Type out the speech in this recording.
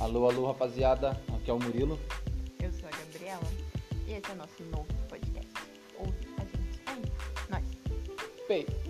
Alô, alô, rapaziada. Aqui é o Murilo. Eu sou a Gabriela e esse é o nosso novo podcast. Ouve a gente. Ouve É nós. Feito.